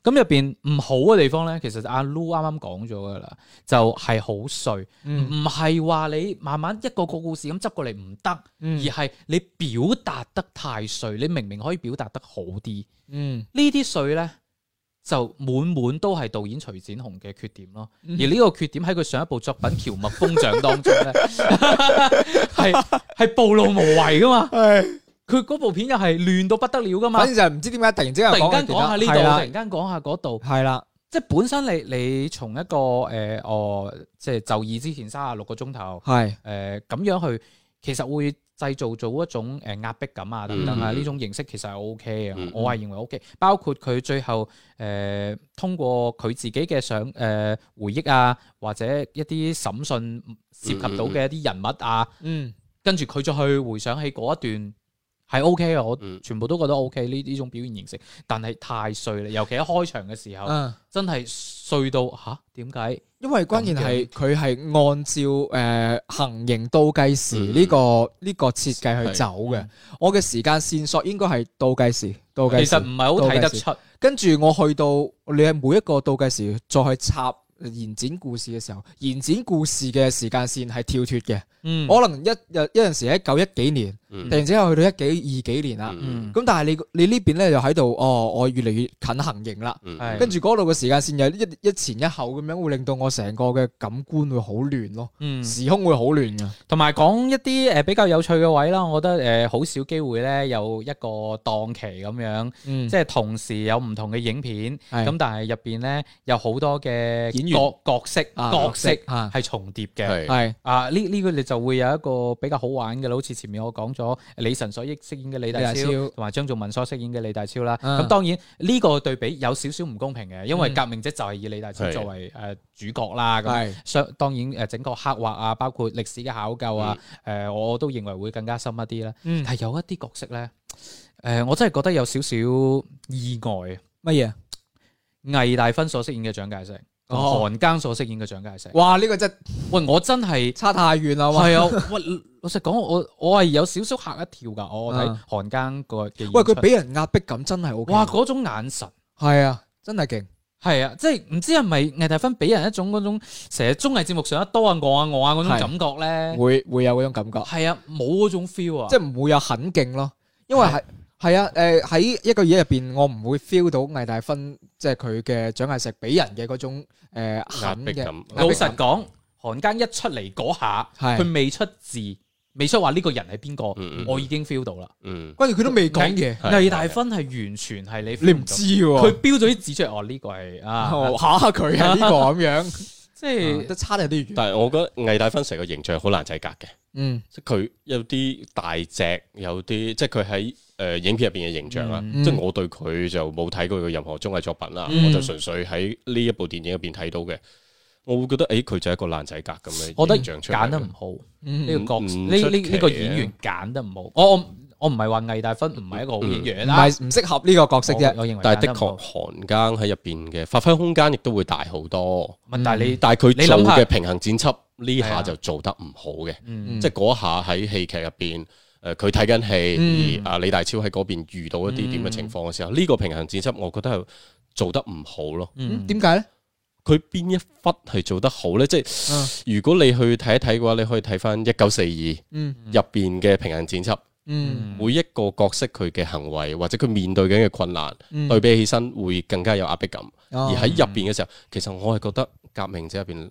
Speaker 3: 咁入邊唔好嘅地方咧，其實阿 Lu 啱啱講咗噶啦，就係、好碎，
Speaker 4: 嗯
Speaker 3: 唔係話你慢慢一個個故事咁執過嚟唔得，而
Speaker 4: 嗯
Speaker 3: 係你表達得太碎，你明明可以表達得好啲，
Speaker 4: 嗯
Speaker 3: 呢啲碎咧就滿滿都係導演徐展雄嘅缺點咯。而呢個缺點喺佢上一部作品《喬麥風象》當中咧， 係係暴露無遺噶嘛。
Speaker 4: 係。
Speaker 3: 佢嗰部片又係亂到不得了噶嘛
Speaker 4: 反。正就係唔知點解突然之間
Speaker 3: 突然間講下呢度，突然
Speaker 4: 度，
Speaker 3: 間講下嗰度，
Speaker 4: 係啦，
Speaker 3: 即係本身你你從一個誒哦、即係就義之前三十六個鐘頭
Speaker 4: 係
Speaker 3: 誒呃咁樣去，其實會製造咗一種誒壓迫感啊等等啊
Speaker 2: 嗯
Speaker 3: 呢、種形式其實係 O K 嘅，
Speaker 2: 嗯
Speaker 3: 我係認為 O、k 包括佢最後誒、呃通過佢自己嘅想誒、呃回憶啊，或者一啲審訊涉及到
Speaker 2: 嗯
Speaker 3: 嘅一啲人物啊。
Speaker 4: 嗯
Speaker 3: 跟住佢再去回想起嗰一段係 O K 嘅，我
Speaker 2: 嗯
Speaker 3: 全部都覺得 O K 呢呢種表現形式，但係太碎啦，尤其喺開場嘅時候，
Speaker 4: 嗯，
Speaker 3: 真係碎到吓點解？
Speaker 4: 因為關鍵係佢係按照诶行刑倒計時
Speaker 3: 嗯
Speaker 4: 呢個呢個設計去走嘅。我嘅時間線索應該係倒計時，倒計
Speaker 3: 其實
Speaker 4: 時。
Speaker 3: 唔係好睇得出，
Speaker 4: 跟住我去到你喺每一個倒計時再去插延展故事嘅時候，延展故事嘅時間線係跳脱嘅。
Speaker 3: 嗯，
Speaker 4: 可能一日一阵时喺九一幾年，
Speaker 2: 嗯
Speaker 4: 突然之間去到一幾二幾年啦。
Speaker 2: 嗯
Speaker 4: 咁但係你你呢邊咧就喺度，哦，我越嚟越近行刑啦。
Speaker 2: 嗯
Speaker 3: 係
Speaker 4: 跟住嗰度嘅時間線又一一前一後咁樣，會令到我成個嘅感官會好亂咯，
Speaker 3: 嗯
Speaker 4: 時空會好亂嘅。
Speaker 3: 同埋講一啲呃誒比較有趣嘅位啦，我覺得呃誒好少機會咧有一個檔期咁樣，
Speaker 4: 嗯
Speaker 3: 即係同時有唔同嘅影片，
Speaker 4: 係
Speaker 3: 咁但係入邊咧有好多嘅
Speaker 4: 演員
Speaker 3: 角角色
Speaker 4: 啊
Speaker 3: 角色
Speaker 4: 啊
Speaker 3: 係重疊嘅。
Speaker 2: 係
Speaker 4: 係
Speaker 3: 啊！呢呢個你就會有一個比較好玩嘅啦，好似前面我講咗李晨所飾演嘅李大
Speaker 4: 李
Speaker 3: 超
Speaker 4: 大超，
Speaker 3: 同埋張頌文所飾演嘅李大超啦。
Speaker 4: 嗯
Speaker 3: 咁當然呢個對比有少少唔公平嘅，因為
Speaker 4: 嗯
Speaker 3: 革命者就係以李大超
Speaker 2: 係
Speaker 3: 作為誒主角啦。咁
Speaker 4: 係
Speaker 3: 相當然誒整個刻畫啊，包括歷史嘅考究啊，誒我都認為會更加深一啲啦。
Speaker 4: 嗯
Speaker 3: 但係有一啲角色咧，誒我真係覺得有少少意外。
Speaker 4: 乜嘢？
Speaker 3: 魏大勳所飾演嘅蔣介石，同
Speaker 4: 哦
Speaker 3: 韓庚所飾演嘅蔣介石，
Speaker 4: 哇！呢個真係
Speaker 3: 喂我真係〜
Speaker 4: 差太遠啦，哇！
Speaker 3: 系啊，喂，老實講，我我係有少少嚇一跳㗎。我睇
Speaker 4: 嗯
Speaker 3: 韓庚個嘅演出
Speaker 4: 喂，佢俾人壓迫感真係 O K。
Speaker 3: 哇嗰種眼神，
Speaker 4: 係啊，真係勁。
Speaker 3: 係啊，即係唔知係咪魏大芬俾人一種嗰種成日綜藝節目上得多啊我啊我啊嗰
Speaker 4: 係
Speaker 3: 種感覺咧，
Speaker 4: 會會有嗰種感覺。
Speaker 3: 係啊，冇嗰種 feel 啊，
Speaker 4: 即係唔會有狠勁咯，因為係係啊，誒喺一個月入邊，我唔會 feel 到魏大芬即係佢嘅蔣藝石俾人嘅嗰種誒狠
Speaker 2: 壓迫
Speaker 4: 嘅
Speaker 2: 感
Speaker 4: 壓
Speaker 3: 老
Speaker 4: 迫
Speaker 3: 實講，韓奸一出嚟嗰下，
Speaker 4: 係
Speaker 3: 佢未出字，未出話呢個人係邊
Speaker 2: 嗯嗯
Speaker 3: 個，我已經 feel 到啦。
Speaker 2: 嗯，
Speaker 4: 關鍵佢都未講嘢，
Speaker 2: 係
Speaker 3: 魏大芬係完全係你 feel
Speaker 4: 你唔
Speaker 3: 到
Speaker 4: 知喎，
Speaker 3: 佢標咗啲字出嚟，哦呢個係啊，
Speaker 4: 佢嚇佢係呢個咁樣， 啊
Speaker 3: 即係
Speaker 2: 嗯
Speaker 4: 都差得有啲遠。
Speaker 2: 但係我覺得魏大芬成個形象好難制格嘅，
Speaker 4: 嗯，
Speaker 2: 即係佢有啲大隻，有啲即係佢喺誒影片入邊嘅形象啦。啊
Speaker 4: 嗯
Speaker 2: 即係我對佢就冇睇過佢任何綜藝作品啦，
Speaker 3: 嗯
Speaker 2: 我就純粹喺呢一部電影入邊睇到嘅，我會覺得誒佢就係一個爛仔格咁嘅
Speaker 3: 我覺得
Speaker 2: 形象出嚟
Speaker 3: 揀得唔好。
Speaker 4: 嗯
Speaker 3: 呢個角色
Speaker 2: 唔
Speaker 3: 呢
Speaker 2: 出
Speaker 3: 呢
Speaker 2: 奇
Speaker 3: 呢個
Speaker 2: 嘅
Speaker 3: 演員揀得唔好。我我我唔係話魏大芬唔係一個好
Speaker 2: 嗯
Speaker 3: 演員啊
Speaker 4: 唔
Speaker 3: 啦，
Speaker 4: 嗯係唔適合呢個角色
Speaker 3: 我
Speaker 4: 啫。
Speaker 3: 我認為
Speaker 2: 但
Speaker 3: 揀
Speaker 2: 係
Speaker 3: 得
Speaker 2: 的
Speaker 3: 唔好
Speaker 2: 確，韓庚喺入邊嘅發揮空間亦都會大好多。
Speaker 3: 唔係但係啊你
Speaker 2: 但係
Speaker 3: 你
Speaker 2: 佢
Speaker 3: 諗
Speaker 2: 做
Speaker 3: 下
Speaker 2: 嘅平衡剪輯呢
Speaker 3: 係啊
Speaker 2: 下就做得唔好嘅，
Speaker 3: 嗯
Speaker 4: 嗯
Speaker 2: 即係嗰下喺戲劇入邊，誒佢睇緊戲，
Speaker 4: 嗯
Speaker 2: 而啊李大超喺嗰邊遇到一啲點嘅情況嘅時候，呢個平衡剪輯我覺得係做得唔好咯。
Speaker 4: 嗯
Speaker 3: 嗯
Speaker 4: 點解咧？
Speaker 2: 佢邊一忽係做得好呢？即係如果你去睇一睇嘅話，你可以睇翻一九四二入
Speaker 4: 嗯
Speaker 2: 邊嘅平衡剪輯，
Speaker 4: 嗯
Speaker 2: 每一個角色佢嘅行為或者佢面對緊嘅困難，
Speaker 4: 嗯
Speaker 2: 對比起身會更加有壓迫感。
Speaker 4: 哦
Speaker 2: 而喺入邊嘅時候，其實我係覺得革命者入邊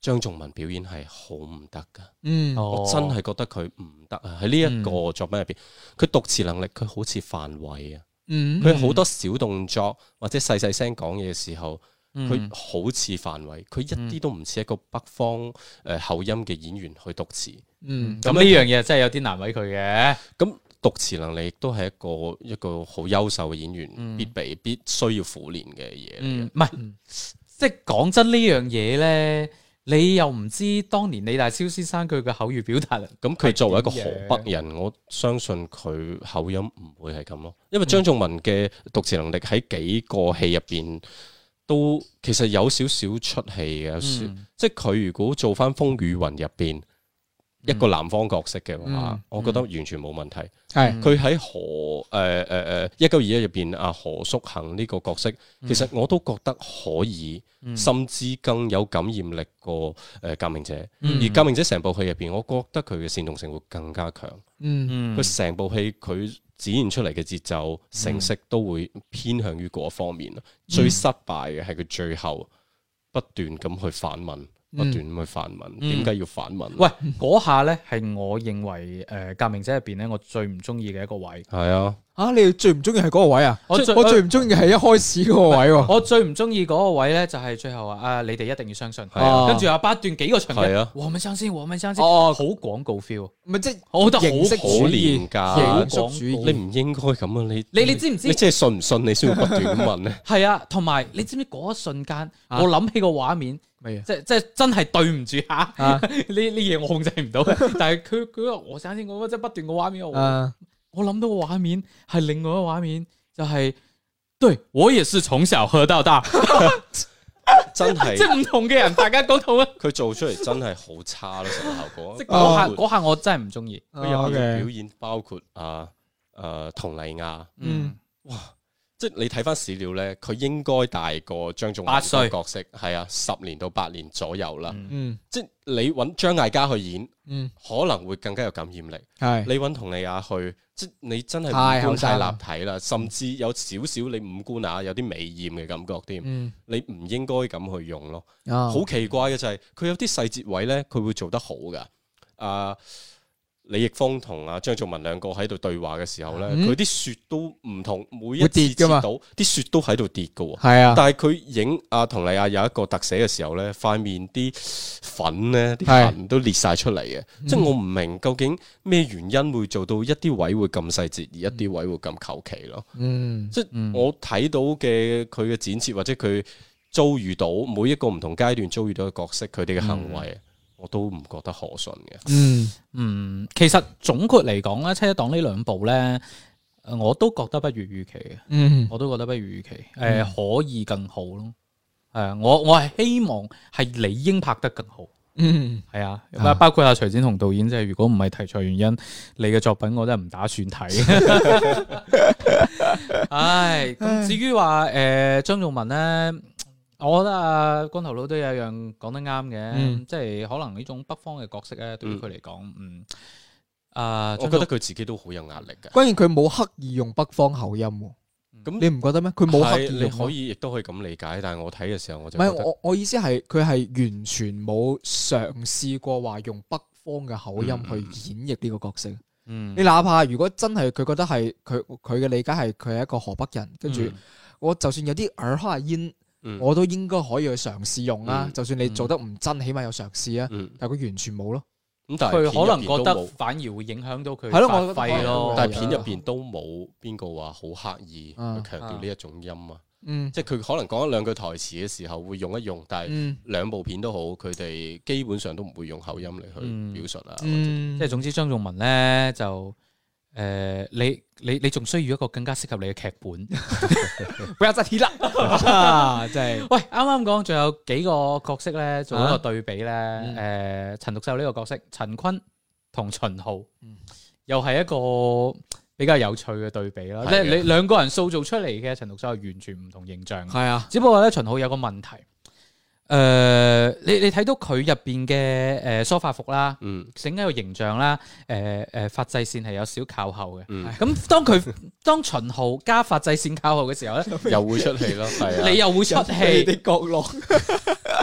Speaker 2: 張仲文表演係好唔得噶，
Speaker 4: 嗯
Speaker 3: 哦
Speaker 2: 我真係覺得佢唔得啊！喺呢一個作品入邊，佢讀詞能力佢好似范偉啊，
Speaker 4: 嗯
Speaker 2: 佢好多小動作或者細細聲講嘢嘅時候，佢
Speaker 3: 嗯
Speaker 2: 好似范偉，佢一啲都唔似一個北方誒口音嘅演員去讀詞。
Speaker 4: 嗯
Speaker 3: 咁呢樣嘢真係有啲難為佢嘅。
Speaker 2: 咁讀詞能力亦都係一個一個好優秀嘅演員必備、必須要苦練嘅嘢嚟嘅。
Speaker 3: 嗯，唔係，即係講真呢樣嘢咧，你又唔知當年李大霄先生佢嘅口語表達，啊
Speaker 2: 咁佢作為一個
Speaker 3: 係
Speaker 2: 河
Speaker 3: 點嘅
Speaker 2: 北人，我相信佢口音唔會係咁咯。因為張仲文嘅讀詞能力喺幾個戲入邊都其實有少少出戲嘅，有少
Speaker 3: 嗯
Speaker 2: 即係佢如果做翻《風雨雲》入邊一個南方角色嘅話，
Speaker 4: 嗯
Speaker 2: 我覺得完全冇問題。
Speaker 4: 係
Speaker 3: 嗯
Speaker 2: 嗯佢喺何誒誒誒一九二一入邊啊何叔衡呢個角色，
Speaker 3: 嗯
Speaker 2: 其實我都覺得可以，甚至更有感染力過誒、呃革命者。
Speaker 3: 嗯
Speaker 2: 而革命者成部戲入邊，我覺得佢嘅煽動性會更加強。
Speaker 4: 嗯
Speaker 3: 嗯
Speaker 2: 佢成、部戲佢展現出嚟嘅節奏、成色都會偏向於嗰方面
Speaker 3: 嗯
Speaker 2: 咯。最失敗嘅係佢最後不斷咁去反問，不斷咁去反問，
Speaker 3: 嗯
Speaker 2: 點解、要反問？
Speaker 3: 喂，嗰下咧係我認為誒革命者入邊咧，我最唔中意嘅一個位。
Speaker 2: 係啊，
Speaker 4: 啊！你最唔中意係嗰個位啊？
Speaker 3: 我最
Speaker 4: 我最唔中意係一開始嗰個位喎。
Speaker 3: 我最唔中意嗰個位咧，就係最後話啊，你哋一定要相信。
Speaker 2: 係啊
Speaker 3: 跟住又不斷幾個場
Speaker 2: 係
Speaker 3: 景
Speaker 2: 啊，
Speaker 3: 我們相信，我們相信，好
Speaker 4: 哦
Speaker 3: 廣告 feel。啊
Speaker 4: 唔係即係
Speaker 3: 我覺得好
Speaker 4: 形式
Speaker 2: 好
Speaker 4: 主義
Speaker 2: 廉
Speaker 4: 形
Speaker 2: 價
Speaker 4: 式主義
Speaker 2: 你唔應該咁啊！你
Speaker 3: 你你知唔知。
Speaker 2: 你即係信唔信？你先會不斷咁問咧
Speaker 3: 係啊，同埋你知唔知嗰一瞬間，
Speaker 4: 啊
Speaker 3: 我諗起個畫面，
Speaker 4: 咩啊？
Speaker 3: 即即真係對唔住吓， 呢
Speaker 4: 啊
Speaker 3: 呢嘢我控制唔 到。但係佢佢話我相信我即係不斷個畫面，我
Speaker 4: 啊
Speaker 3: 我諗到個畫面係另外一個畫面，就係對我也是從小喝到大，
Speaker 2: 真
Speaker 3: 即
Speaker 2: 係
Speaker 3: 係唔同嘅人，大家講同一，
Speaker 2: 佢做出嚟真係好差咯，成個效
Speaker 4: 哦
Speaker 2: 果。
Speaker 3: 即係嗰下哦
Speaker 2: 包括
Speaker 3: 嗰下我真係唔中意。
Speaker 2: 佢有
Speaker 4: 啊
Speaker 2: 嘅
Speaker 4: ，OK
Speaker 2: 表演，包括啊誒佟麗婭，
Speaker 4: 嗯
Speaker 2: 即係你睇翻史料咧，佢應該大過張仲文
Speaker 3: 八歲
Speaker 2: 嘅角色，係啊，十年到八年左右啦。
Speaker 3: 嗯
Speaker 4: 嗯
Speaker 2: 即係你揾張艾嘉去演，
Speaker 4: 嗯
Speaker 2: 可能會更加有感染力。
Speaker 4: 係
Speaker 2: 你揾佟麗婭去，即係你真係
Speaker 4: 太
Speaker 2: 五
Speaker 4: 後
Speaker 2: 官
Speaker 4: 生
Speaker 2: 太
Speaker 4: 啦
Speaker 2: 立體啦，甚至有少少你五官啊有啲美豔嘅感覺添。
Speaker 4: 嗯
Speaker 2: 你唔應該咁去用咯。
Speaker 4: 啊
Speaker 2: 好奇怪嘅就係、佢有啲細節位咧，佢會做得好噶。啊，李易峰同阿張仲文兩個喺度對話嘅時候咧，
Speaker 4: 嗯
Speaker 2: 佢啲、雪都唔同，每一
Speaker 4: 會
Speaker 2: 次
Speaker 4: 跌
Speaker 2: 切
Speaker 4: 㗎嘛
Speaker 2: 到啲雪都喺度跌嘅喎。
Speaker 4: 係啊，
Speaker 2: 但係佢影阿佟麗婭有一個特寫嘅時候咧，塊面啲粉咧啲
Speaker 4: 係嗯
Speaker 2: 痕都裂晒出嚟嘅，即係我唔明究竟咩原因會做到一啲位會咁細節，而一啲位會咁求其咯。
Speaker 4: 嗯
Speaker 2: 即係我睇到嘅佢嘅剪切或者佢遭遇到每一個唔同階段遭遇到嘅角色，佢哋嘅行為，我都唔覺得可信嘅。
Speaker 4: 嗯
Speaker 3: 嗯，其實總括嚟講咧，車黨呢兩部咧，呃我都覺得不如預期嘅。
Speaker 4: 嗯
Speaker 3: 我都覺得不如預期，誒、可以更好咯。係啊，我我係希望係理應拍得更好，
Speaker 4: 嗯
Speaker 3: 係啊，
Speaker 4: 啊
Speaker 3: 包括阿徐展雄導演，即係如果唔係題材原因，你嘅作品我真係唔打算睇。唉，咁至於話誒、張仲文咧，我覺得啊，光頭佬都有一樣講得啱嘅，
Speaker 4: 嗯
Speaker 3: 即係可能呢種北方嘅角色啊咧，對於佢嚟講，嗯，啊、
Speaker 2: 我覺得佢自己都好有壓力嘅。
Speaker 4: 關鍵佢冇刻意用北方口音喎，
Speaker 2: 咁
Speaker 4: 你唔覺得咩？佢冇刻
Speaker 2: 係
Speaker 4: 意
Speaker 2: 你
Speaker 4: 用
Speaker 2: 可
Speaker 4: 咯。
Speaker 2: 以亦都可以咁理解，但係我睇嘅時候我
Speaker 4: 唔
Speaker 2: 就覺
Speaker 4: 係
Speaker 2: 得
Speaker 4: 我我意思係佢係完全冇嘗試過話用北方嘅口音去演繹呢個角色。
Speaker 3: 嗯
Speaker 4: 你，哪怕如果真係佢覺得係佢佢嘅理解係佢係一個河北人，跟住
Speaker 3: 嗯
Speaker 4: 我就算有啲耳哈煙，
Speaker 2: 嗯
Speaker 4: 我都應該可以去嘗試用啦。
Speaker 2: 嗯
Speaker 4: 就算你做得唔真，起碼有嘗試啊。
Speaker 2: 嗯
Speaker 4: 但係佢完全冇咯。
Speaker 2: 咁，但係
Speaker 3: 佢可能
Speaker 2: 片入邊
Speaker 3: 覺
Speaker 2: 都
Speaker 3: 得
Speaker 2: 冇
Speaker 3: 反而會影響到佢
Speaker 4: 係咯我覺得
Speaker 3: 發揮咯啊
Speaker 4: 可能，
Speaker 2: 但係片入邊都冇邊個話好刻意去
Speaker 4: 嗯
Speaker 2: 強調呢一種音啊，
Speaker 4: 嗯
Speaker 2: 即係佢可能講一兩句台詞嘅時候會用一用，但係啊
Speaker 4: 嗯
Speaker 2: 兩部片都好，佢哋基本上都唔會用口音嚟去
Speaker 3: 嗯
Speaker 2: 表述啊。
Speaker 4: 嗯，
Speaker 3: 即係總之張仲文咧就誒、呃你你你仲需要一個更加適合你嘅劇本。不要再提啦。
Speaker 4: 啊，真係
Speaker 3: 喂，啱啱講仲有幾個角色咧做一個
Speaker 4: 啊
Speaker 3: 對比咧，誒、
Speaker 4: 嗯
Speaker 3: 陳獨秀呢個角色，陳坤同秦昊，
Speaker 4: 嗯
Speaker 3: 又係一個比較有趣嘅對比啦。
Speaker 4: 啊
Speaker 2: 係
Speaker 3: 即係
Speaker 2: 嘅
Speaker 3: 你兩個人塑造出嚟嘅陳獨秀係完全唔同形象嘅。
Speaker 4: 係啊，
Speaker 3: 只不過咧，秦昊有個問題，誒、你你睇到佢入邊嘅誒梳化服啦，
Speaker 2: 嗯
Speaker 3: 整一個形象啦，誒、誒髮際線係有少靠後嘅。
Speaker 2: 嗯，
Speaker 3: 咁當佢當秦昊加髮際線靠後嘅時 候咧，
Speaker 2: 又會出戲咯，係啊。
Speaker 3: 你又會出
Speaker 4: 你
Speaker 3: 戲，
Speaker 4: 哋角落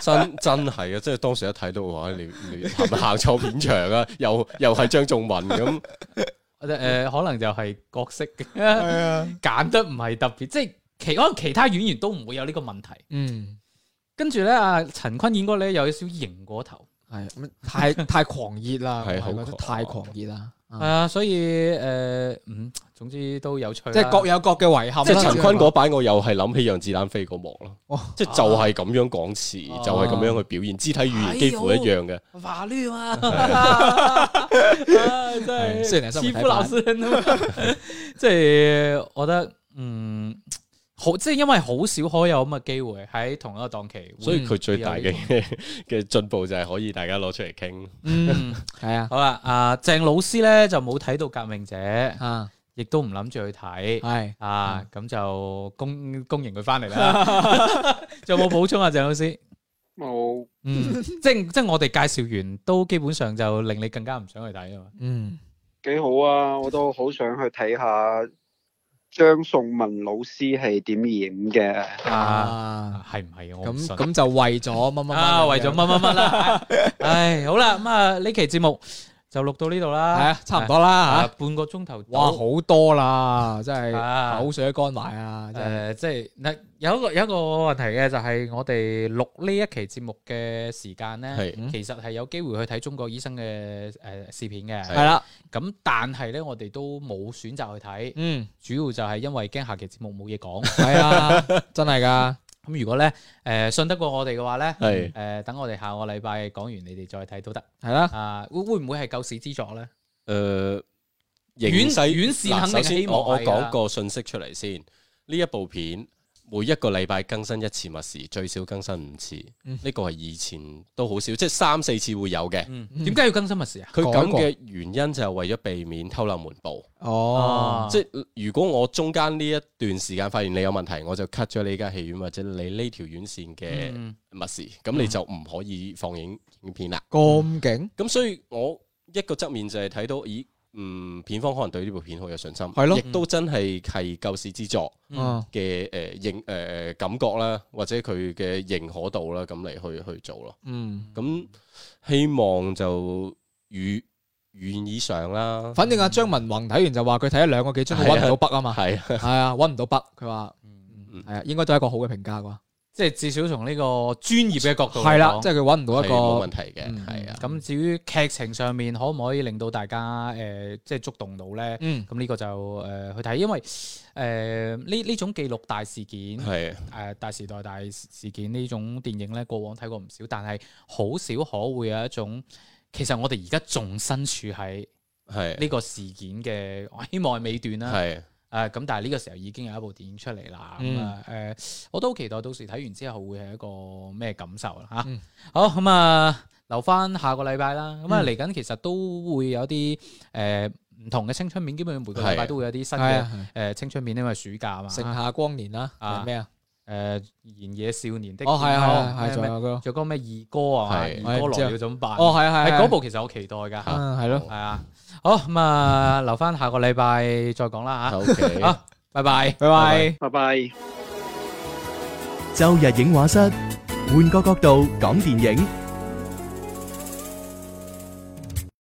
Speaker 2: 真真係啊！即係當時一睇到嘅話，你你行行錯片場啊，又又係張仲文 咁，
Speaker 3: 誒、呃可能就係角色
Speaker 4: 係啊，
Speaker 3: 揀得唔係特別，即係其可能其他演員都唔會有呢個問題。
Speaker 4: 嗯。
Speaker 3: 跟住咧，阿陳坤演嗰個咧有少少型過頭。
Speaker 4: 系啊 咁太太狂熱啦，
Speaker 2: 係
Speaker 4: 我係覺
Speaker 2: 好
Speaker 4: 得
Speaker 2: 狂
Speaker 4: 太狂熱啦，
Speaker 3: 係
Speaker 4: 啊
Speaker 3: 啊，所以誒、嗯，總之都有趣啦。
Speaker 4: 即係各有各嘅遺憾啦。
Speaker 2: 即係陳坤嗰版，我又係諗起讓子彈飛嗰幕咯。
Speaker 4: 哦
Speaker 2: 即係就係咁樣講詞，
Speaker 3: 啊哎
Speaker 2: 就係咁樣去表現，肢體語言幾乎一樣嘅。
Speaker 3: 法律嘛， 啊真
Speaker 4: 係
Speaker 3: 系
Speaker 4: 雖然係
Speaker 3: 欺
Speaker 4: 新聞睇
Speaker 3: 负老实人啊嘛， 即係我覺得嗯好，即係因為好少可有咁嘅機會喺同一個檔期，
Speaker 2: 所以佢最大嘅
Speaker 3: 嗯
Speaker 2: 嘅進步就係可以大家攞出嚟傾。
Speaker 3: 嗯
Speaker 4: 系啊
Speaker 3: 好啦，啊鄭老師咧就冇睇到革命者，
Speaker 4: 啊
Speaker 3: 亦都唔諗住去睇。
Speaker 4: 係
Speaker 3: 啊，咁就恭恭迎佢翻嚟啦。 仲有冇補充啊，鄭老師？
Speaker 5: 冇
Speaker 3: 嗯， 即係即係我哋介紹完，都基本上就令你更加唔想去睇啊嘛。
Speaker 4: 嗯
Speaker 5: 幾好啊！我都好想去睇下張颂文老師係點演嘅。
Speaker 3: 啊，
Speaker 4: 啊
Speaker 3: 系唔系我唔
Speaker 4: 咁
Speaker 3: 信
Speaker 4: 咁就為咗乜乜乜
Speaker 3: 啊？
Speaker 4: 咁
Speaker 3: 为咗
Speaker 4: 樣
Speaker 3: 乜乜乜 啦？唉，好啦，咁啊呢期节目就录到呢度啦，
Speaker 4: 係啊，差唔多啦
Speaker 3: 啊，
Speaker 4: 吓。
Speaker 3: 半个钟头到，
Speaker 4: 哇，好多啦，真係
Speaker 3: 啊
Speaker 4: 口水都乾埋啊！真係
Speaker 3: 诶，呃即系嗱，有一个有一个问题嘅就系我哋录呢一期节目嘅时间咧
Speaker 2: 係，
Speaker 4: 嗯
Speaker 3: 其实系有机会去睇中国医生嘅诶视片嘅，
Speaker 4: 係啦，
Speaker 3: 咁但系咧我哋都冇选择去睇，
Speaker 4: 嗯，
Speaker 3: 主要就系因为惊下期节目冇嘢讲，
Speaker 4: 係啊，真係㗎，
Speaker 3: 咁如果咧诶信得过我哋嘅话咧，
Speaker 2: 係
Speaker 3: 诶等我哋下个礼拜讲完你哋再睇都得。
Speaker 4: 係啦，
Speaker 3: 啊，會會唔會係救市之作咧？
Speaker 2: 誒，
Speaker 3: 院
Speaker 2: 呃形勢
Speaker 3: 院線
Speaker 2: 嗱
Speaker 3: 肯定
Speaker 2: 首先
Speaker 3: 希望
Speaker 2: 我我
Speaker 3: 係啊㗎
Speaker 2: 講個信息出嚟先，呢一部片。每一個禮拜更新一次密匙，最少更新五次，
Speaker 4: 嗯
Speaker 2: 呢個係以前都好少，即係三四次會有嘅。
Speaker 3: 嗯，
Speaker 4: 嗯
Speaker 3: 點解要更新密匙啊？
Speaker 2: 佢
Speaker 4: 改
Speaker 2: 咁
Speaker 4: 過
Speaker 2: 嘅原因就係為咗避免偷漏門步。
Speaker 4: 哦，
Speaker 3: 啊
Speaker 2: 即係如果我中間呢一段時間發現你有問題，我就 cut 咗你間戲院或者你呢條院線嘅
Speaker 3: 嗯
Speaker 2: 密匙，咁你就唔可以放映影片啦。
Speaker 4: 咁勁，
Speaker 2: 咁所以我一個側面就係睇到，咦，嗯，片方可能對呢部片好有信心，
Speaker 4: 係咯
Speaker 2: 亦都真係係救市之作
Speaker 4: 嗯，
Speaker 2: 嘅呃誒認誒感覺啦，或者佢嘅認可度啦，咁嚟去去做咯。
Speaker 4: 嗯，
Speaker 2: 咁希望就如願以上啦，
Speaker 4: 反正阿張文宏睇完就話佢睇咗兩個幾鐘，佢
Speaker 2: 係
Speaker 4: 揾唔
Speaker 2: 啊
Speaker 4: 到北啊嘛，
Speaker 2: 係啊，
Speaker 4: 係啊，揾唔到北，佢話
Speaker 3: 嗯
Speaker 4: 係啊，應該都係一個好嘅評價啩。
Speaker 3: 即係至少從呢個專業嘅角度
Speaker 4: 係啦，即
Speaker 3: 係
Speaker 4: 係佢揾唔到
Speaker 2: 係
Speaker 4: 一
Speaker 2: 冇問
Speaker 4: 個
Speaker 2: 題嘅，
Speaker 4: 嗯
Speaker 2: 係啊。
Speaker 3: 咁。至於劇情上面可唔可以令到大家誒即係觸動到咧？
Speaker 4: 嗯
Speaker 3: 咁呢個就誒去睇，因為誒呢呢種記錄大事件。
Speaker 2: 係啊
Speaker 3: 誒、大時代大事件呢種電影咧，過往睇過唔少，但係好少可會有一種，其實我哋而家仲身處喺
Speaker 2: 係啊
Speaker 3: 呢個事件嘅，我希望係尾段啦。
Speaker 2: 係啊
Speaker 3: 誒啊咁，但係呢個時候已經有一部電影出嚟啦。
Speaker 4: 嗯
Speaker 3: 咁啊誒，我都好期待到時睇完之後會係一個咩感受啦嚇。
Speaker 4: 嗯
Speaker 3: 好咁啊，留翻下個禮拜啦。咁啊，
Speaker 4: 嗯
Speaker 3: 嚟緊其實都會有啲誒唔同嘅青春片，基本上每個禮
Speaker 2: 係啊
Speaker 3: 拜都會有啲新
Speaker 4: 係
Speaker 3: 嘅
Speaker 4: 啊，
Speaker 3: 誒青春片，因為暑假嘛。
Speaker 4: 盛夏光年啦，
Speaker 3: 啊
Speaker 4: 係咩啊？
Speaker 3: 誒、誒燃野少年的
Speaker 4: 哦，係
Speaker 3: 健康
Speaker 4: 啊，係啊，係
Speaker 3: 咩
Speaker 4: 仲
Speaker 3: 咩
Speaker 4: 有個，
Speaker 3: 仲有嗰個咩二哥啊，
Speaker 2: 係
Speaker 3: 二哥
Speaker 4: 我知啊
Speaker 3: 來了怎麼辦？
Speaker 4: 哦，係啊，係
Speaker 3: 係
Speaker 4: 啊
Speaker 3: 嗰，部其實我期待㗎，係
Speaker 4: 嗯，係咯。
Speaker 3: 啊，好咁啊，留翻下個禮拜再講
Speaker 4: 啊
Speaker 3: 啦嚇，
Speaker 2: O K，
Speaker 3: 好，拜拜，
Speaker 4: 拜拜。
Speaker 5: 拜拜。
Speaker 6: 周日影畫室，換個角度講電影。